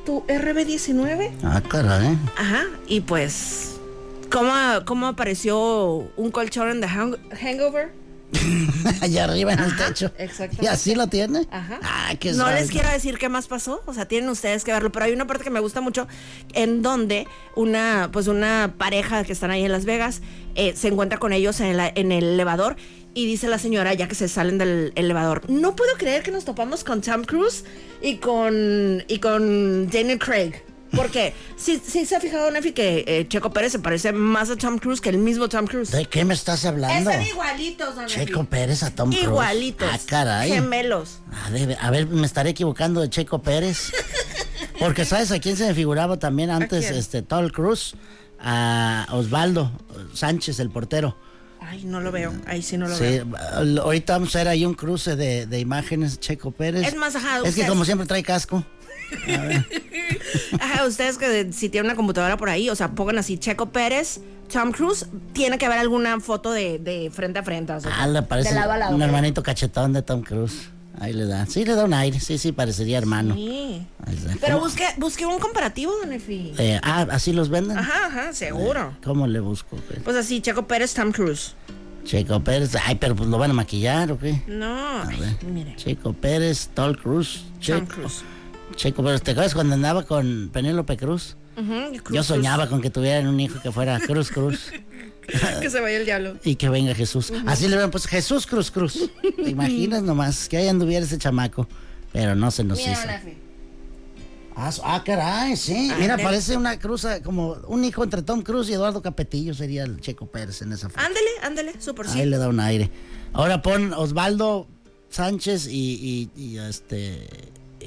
S1: ¿Tu RB19?
S3: Ah, caray.
S1: Ajá, y pues, ¿cómo, cómo apareció un colchón en The Hang- Hangover?
S3: Allá arriba en el techo.
S1: exactamente.
S3: ¿Y así lo tiene?
S1: Ajá.
S3: Ah, qué
S1: no
S3: suave.
S1: les quiero decir qué más pasó, o sea, tienen ustedes que verlo, pero hay una parte que me gusta mucho en donde una, pues una pareja que están ahí en Las Vegas eh, se encuentra con ellos en, la- en el elevador y dice la señora, ya que se salen del elevador, no puedo creer que nos topamos con Tom Cruise y con, y con Daniel Craig. Porque si se ha fijado, Nefi, que eh, Checo Pérez se parece más a Tom Cruise que el mismo Tom Cruise.
S3: ¿De qué me estás hablando?
S1: Están igualitos, don Nefi.
S3: Checo Pérez a Tom Cruise.
S1: Igualitos.
S3: Ah, caray.
S1: Gemelos.
S3: Ah, debe- a ver, me estaré equivocando de Checo Pérez. Porque ¿sabes a quién se me figuraba también antes?
S1: quién?
S3: Este, Tom Cruz. A Osvaldo Sánchez, el portero.
S1: Ay, no lo veo. Ahí sí no lo
S3: Sí,
S1: veo.
S3: al- ahorita vamos a hacer ahí un cruce de, de imágenes, Checo Pérez.
S1: Es más, ajá,
S3: Es que
S1: ustedes-
S3: como siempre trae casco.
S1: Ajá, ustedes que de- si tienen una computadora por ahí, o sea, pongan así Checo Pérez, Tom Cruise, tiene que haber alguna foto de, de frente a frente. o sea,
S3: Ah, le parece
S1: de lado a lado.
S3: un
S1: ¿ok?
S3: hermanito cachetón de Tom Cruise.
S2: Ahí le da. Sí, le da un aire. Sí, sí, parecería hermano.
S1: Sí.
S2: Ahí está.
S1: Pero
S2: ¿Cómo?
S1: busque, busque un comparativo, don Efi.
S2: Eh, ah, ¿así los venden?
S1: Ajá, ajá, seguro.
S2: ¿Cómo le busco? pues?
S1: Pues así, Chaco Pérez, Tom Cruise.
S2: Checo Pérez. Ay, pero pues lo van a maquillar, ¿o qué?
S1: No, ay,
S2: ver.
S1: mire.
S2: Checo Pérez, Tol Cruz.
S1: Tom
S2: Checo,
S1: Cruise.
S2: Checo Pérez. ¿Te acuerdas cuando andaba con Penélope Cruz?
S1: Ujú, y Cruz,
S2: Yo
S1: Cruz.
S2: soñaba con que tuvieran un hijo que fuera Cruz Cruz
S1: Que se vaya el diablo.
S2: y que venga Jesús. Así le ven, pues Jesús Cruz Cruz. ¿Te imaginas nomás que ahí anduviera ese chamaco? Pero no se nos hizo. Ah, su- ah, caray, sí. Mira,
S1: Ándale.
S2: parece una cruz, ah, como un hijo entre Tom Cruz y Eduardo Capetillo sería el Checo Pérez en esa foto.
S1: Ándale, ándale, súper
S2: Ahí
S1: sí.
S2: le da un aire. Ahora pon Osvaldo Sánchez y, y- y, este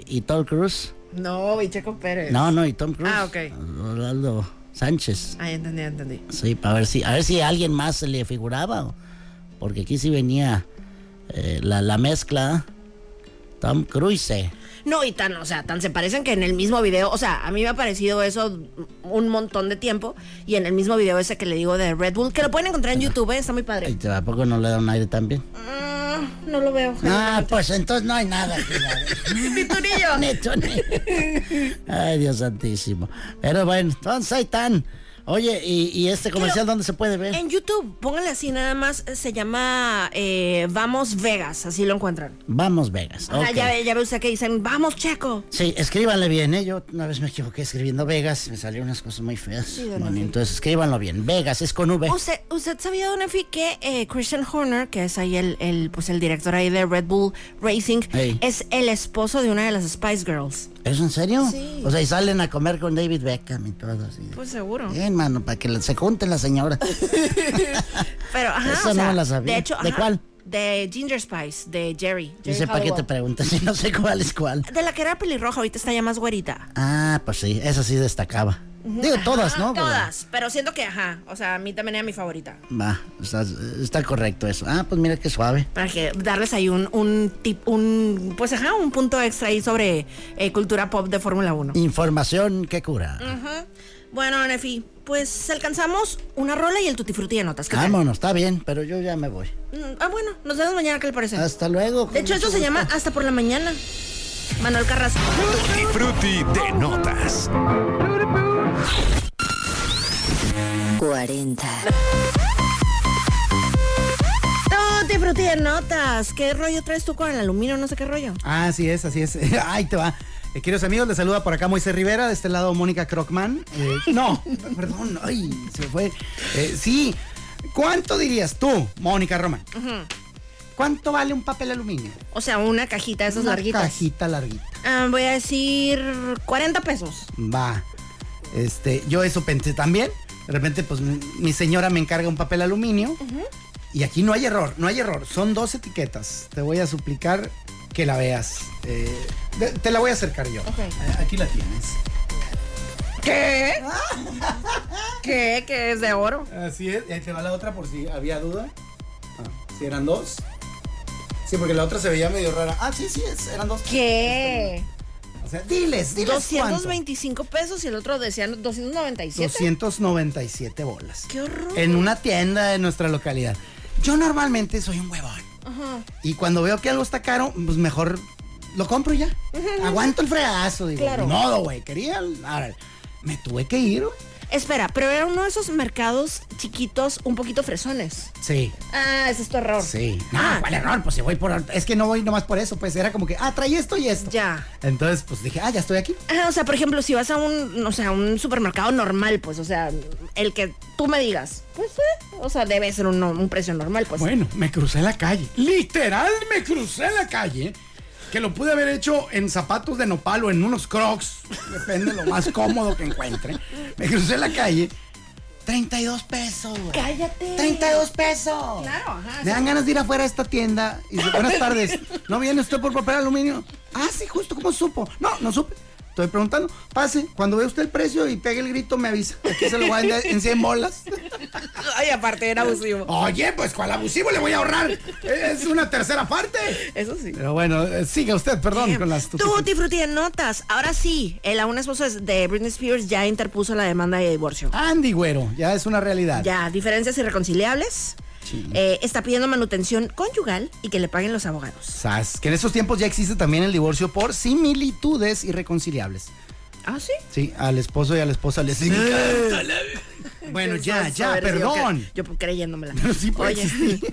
S2: y Tom Cruz.
S1: No, y Chaco Pérez.
S2: No, no, y Tom Cruz.
S1: Ah, ok.
S2: Osvaldo Sánchez.
S1: Ahí entendí, entendí.
S2: Sí, para ver si a ver si a alguien más se le figuraba. o- Porque aquí sí venía eh, la, la mezcla Tom Cruise.
S1: No, y tan, o sea, tan se parecen que en el mismo video, o sea, a mí me ha parecido eso un montón de tiempo y en el mismo video ese que le digo de Red Bull, que lo pueden encontrar en YouTube, ¿eh? está muy
S2: Ay,
S1: padre.
S2: ¿A poco no le da un aire también?
S1: Mm, no lo veo.
S2: Ah, pues entonces no hay nada. que la-
S1: Ni tú ni yo.
S2: Ni tú ni- Ay, Dios santísimo. Pero bueno, entonces ahí están. Oye, ¿y, y este comercial dónde se puede ver?
S1: En YouTube, pónganle así nada más, se llama eh, Vamos Vegas, así lo encuentran.
S2: Vamos, Vegas.
S1: Ajá,
S2: ok.
S1: Ah, ya, ve- ya ve usted que dicen, vamos Checo.
S2: Sí, escríbanle bien, ¿eh? Yo una vez me equivoqué escribiendo Vegas, me salieron unas cosas muy feas.
S1: don
S2: Bueno,
S1: Efe.
S2: entonces escríbanlo bien. Vegas es con V.
S1: ¿Usted, usted sabía, Don Efi, que eh, Christian Horner, que es ahí el, el, pues el director ahí de Red Bull Racing,
S2: Ey.
S1: es el esposo de una de las Spice Girls?
S2: ¿Es en serio?
S1: Sí.
S2: O sea, y salen a comer con David Beckham y todo así.
S1: Pues seguro.
S2: Bien, mano, para que la- se junten las señoras.
S1: Pero, ajá,
S2: Esa
S1: o
S2: no
S1: sea,
S2: la sabía.
S1: De hecho,
S2: ¿De
S1: ajá,
S2: cuál?
S1: De Ginger Spice, de Jerry. Jerry
S2: Dice, ¿para qué te
S1: Halliwell.
S2: preguntas? Yo no sé cuál es cuál.
S1: De la que era pelirroja, ahorita está ya más güerita.
S2: Ah, pues sí, esa sí destacaba. Digo, todas,
S1: Ajá,
S2: ¿no? Pero-
S1: Todas, pero siento que, ajá, o sea, a mí también era mi favorita.
S2: Va, está, está correcto eso. Ah, pues mira qué suave.
S1: Para que darles ahí un, un tip, un, pues ajá, un punto extra ahí sobre eh, cultura pop de Fórmula 1.
S2: Información que cura.
S1: Ajá. Bueno, Nefi, pues alcanzamos una rola y el tutti frutti de notas. ¿qué tal?
S2: Vámonos, está bien, pero yo ya me voy.
S1: Mm, Ah, bueno, nos vemos mañana, ¿qué le parece?
S2: Hasta luego.
S1: De hecho, eso se llama Hasta por la mañana. Manuel Carrasco.
S8: Tutti Frutti de notas.
S7: 40.
S1: Tutti frutti de notas. ¿Qué rollo traes tú con el aluminio? No sé qué rollo.
S3: Ah, así es, así es. Ahí te va. Eh, queridos amigos, les saluda por acá Moisés Rivera, de este lado Mónica Crockman. Eh, no, perdón, ay, se me fue. Eh, sí, ¿cuánto dirías tú, Mónica Román? ¿Cuánto vale un papel aluminio?
S1: O sea, una cajita de esas
S3: Una
S1: larguitas.
S3: Cajita larguita.
S1: Ah, voy a decir 40 pesos.
S3: Va. Este, yo eso pensé también. De repente, pues mi, mi señora me encarga un papel aluminio. Y aquí no hay error, no hay error. Son dos etiquetas. Te voy a suplicar que la veas. Eh, de- te la voy a acercar yo.
S1: Ok.
S3: Eh, Aquí la tienes.
S1: ¿Qué? ¿Qué? ¿Qué es de oro?
S3: Así es. Ahí te va la otra por si había duda. Ah, si eran dos. Sí, porque la otra se veía medio rara. Ah, sí, sí, es- eran dos.
S1: ¿Qué?
S3: O sea, diles, diles. cuánto.
S1: 225 pesos y el otro decía 297.
S3: 297 bolas.
S1: ¡Qué horror!
S3: en una tienda de nuestra localidad. Yo normalmente soy un huevón. Y cuando veo que algo está caro, pues mejor lo compro y ya. Aguanto el fregazo, digo.
S1: Claro.
S3: Ni modo, güey. Quería. Ahora, me tuve que ir, güey.
S1: Espera, pero era uno de esos mercados chiquitos, un poquito fresones.
S3: Sí.
S1: Ah, ese es tu error.
S3: Sí. No,
S1: Ah.
S3: ¿cuál error? Pues si voy por. Es que no voy nomás por eso. Pues era como que, ah, trae esto y esto.
S1: Ya.
S3: Entonces, pues dije, ah, ya estoy aquí.
S1: Ajá, o sea, por ejemplo, si vas a un, o sea, un supermercado normal, pues, o sea, el que tú me digas, pues, eh, o sea, debe ser un, un precio normal, pues.
S4: Bueno, me crucé la calle. Literal, me crucé la calle. Que lo pude haber hecho en zapatos de nopal o en unos crocs. Depende lo más cómodo que encuentre. Me crucé la calle.
S3: 32 pesos, güey.
S1: Cállate.
S3: 32 pesos.
S1: Claro, ajá,
S3: Me dan ganas de ir afuera a esta tienda y dice, buenas tardes. ¿No viene usted por papel aluminio? Ah, sí, justo, ¿cómo supo? No, no supe. Estoy preguntando. Pase, cuando vea usted el precio y pegue el grito, me avisa. Aquí se lo voy a vender en 100 bolas.
S1: Ay, aparte era abusivo.
S4: Oye, pues cuál abusivo le voy a ahorrar. Es una tercera parte.
S1: Eso sí.
S3: Pero bueno, eh, siga usted, perdón, con las tutis.
S1: Tutti frutti de notas. Ahora sí, el aún esposo de Britney Spears ya
S3: Ah.
S1: interpuso la demanda de divorcio.
S3: Andy, güero, ya es una realidad.
S1: Ya, diferencias irreconciliables. Eh, está pidiendo manutención conyugal y que le paguen los abogados.
S3: Sas, que en esos tiempos ya existe también el divorcio por similitudes irreconciliables.
S1: ¿Ah, sí?
S3: Sí, al esposo y a la esposa les encanta la- Bueno,
S1: Qué
S3: ya,
S1: oso,
S3: ya,
S1: eres, yo
S3: perdón.
S1: cre- Yo, creyéndomela.
S3: sí puede
S1: Oye,
S3: existir.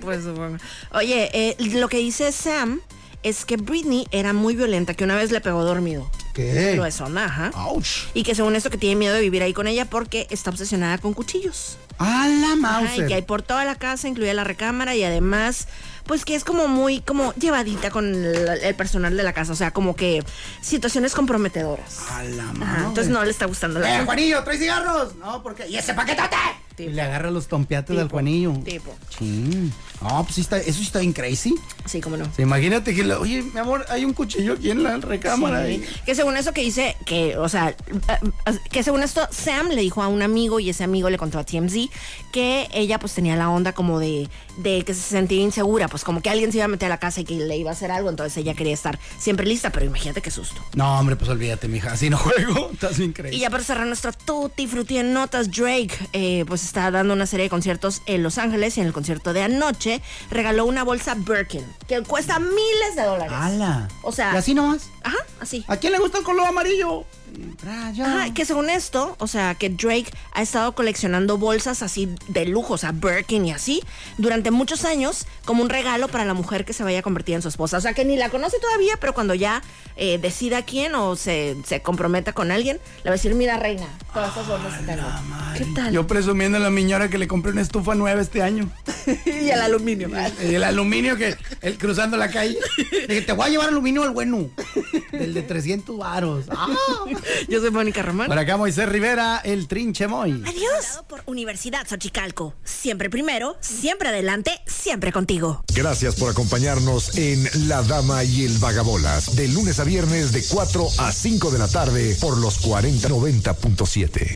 S1: pues supongo. Oye, eh, lo que dice Sam es que Britney era muy violenta, que una vez le pegó dormido.
S3: ¿Qué?
S1: Lo de Zona, ajá.
S3: Ouch.
S1: Y que según esto que tiene miedo de vivir ahí con ella porque está obsesionada con cuchillos.
S3: A la
S1: Ajá, y que hay
S3: Mauser.
S1: por toda la casa, incluida la recámara y además, pues que es como muy como llevadita con el, el personal de la casa, o sea, como que situaciones comprometedoras.
S3: A la
S1: Ajá,
S3: Mauser.
S1: entonces no le está gustando la
S3: Ah, ¡Eh, Juanillo, trae cigarros! No, porque. ¿Y ese paquetote?
S1: Tipo.
S3: Y le agarra los tompiates al
S1: Tipo,
S3: Juanillo.
S1: tipo.
S3: Chin. No, pues sí está, eso sí está bien crazy.
S1: Sí, cómo no.
S3: O sea, imagínate que, le- oye, mi amor, hay un cuchillo aquí en la recámara.
S1: Sí,
S3: y-
S1: Que según eso que dice que, o sea, eh, que según esto Sam le dijo a un amigo y ese amigo le contó a TMZ que ella pues tenía la onda como de, de que se sentía insegura, pues como que alguien se iba a meter a la casa y que le iba a hacer algo, entonces ella quería estar siempre lista, pero imagínate qué susto.
S3: No, hombre, pues olvídate, mija. Así no juego. Estás bien
S1: Y
S3: crazy.
S1: ya para cerrar nuestra tutti frutti en notas, Drake eh, pues está dando una serie de conciertos en Los Ángeles y en el concierto de anoche regaló una bolsa Birkin que cuesta miles de dólares.
S3: ¡Hala!
S1: pues, O sea-
S3: ¿Y así nomás?
S1: Ajá, así.
S3: ¿A quién le gusta el color amarillo? Rayo.
S1: Ajá, que según esto, o sea, que Drake ha estado coleccionando bolsas así de lujo, o sea, Birkin y así, durante muchos años, como un regalo para la mujer que se vaya a convertir en su esposa. O sea, que ni la conoce todavía, pero cuando ya eh, decida quién o se, se comprometa con alguien, le va a decir, mira, reina, todas estas bolsas que tengo. ¿Qué tal?
S3: Yo presumiendo a la miñora que le compré una estufa nueva este año.
S1: y el aluminio.
S3: El, el aluminio que, el cruzando la calle. Le Dije, te voy a llevar aluminio al bueno. Del de 300 varos. Ah.
S1: Yo soy Mónica Román.
S3: Por acá Moisés Rivera, el trinche Moy.
S1: Adiós. Por Universidad Xochicalco. Siempre primero, siempre adelante, siempre contigo.
S8: Gracias por acompañarnos en La Dama y el Vagabolas, de lunes a viernes de 4 a 5 de la tarde por los 4090.7.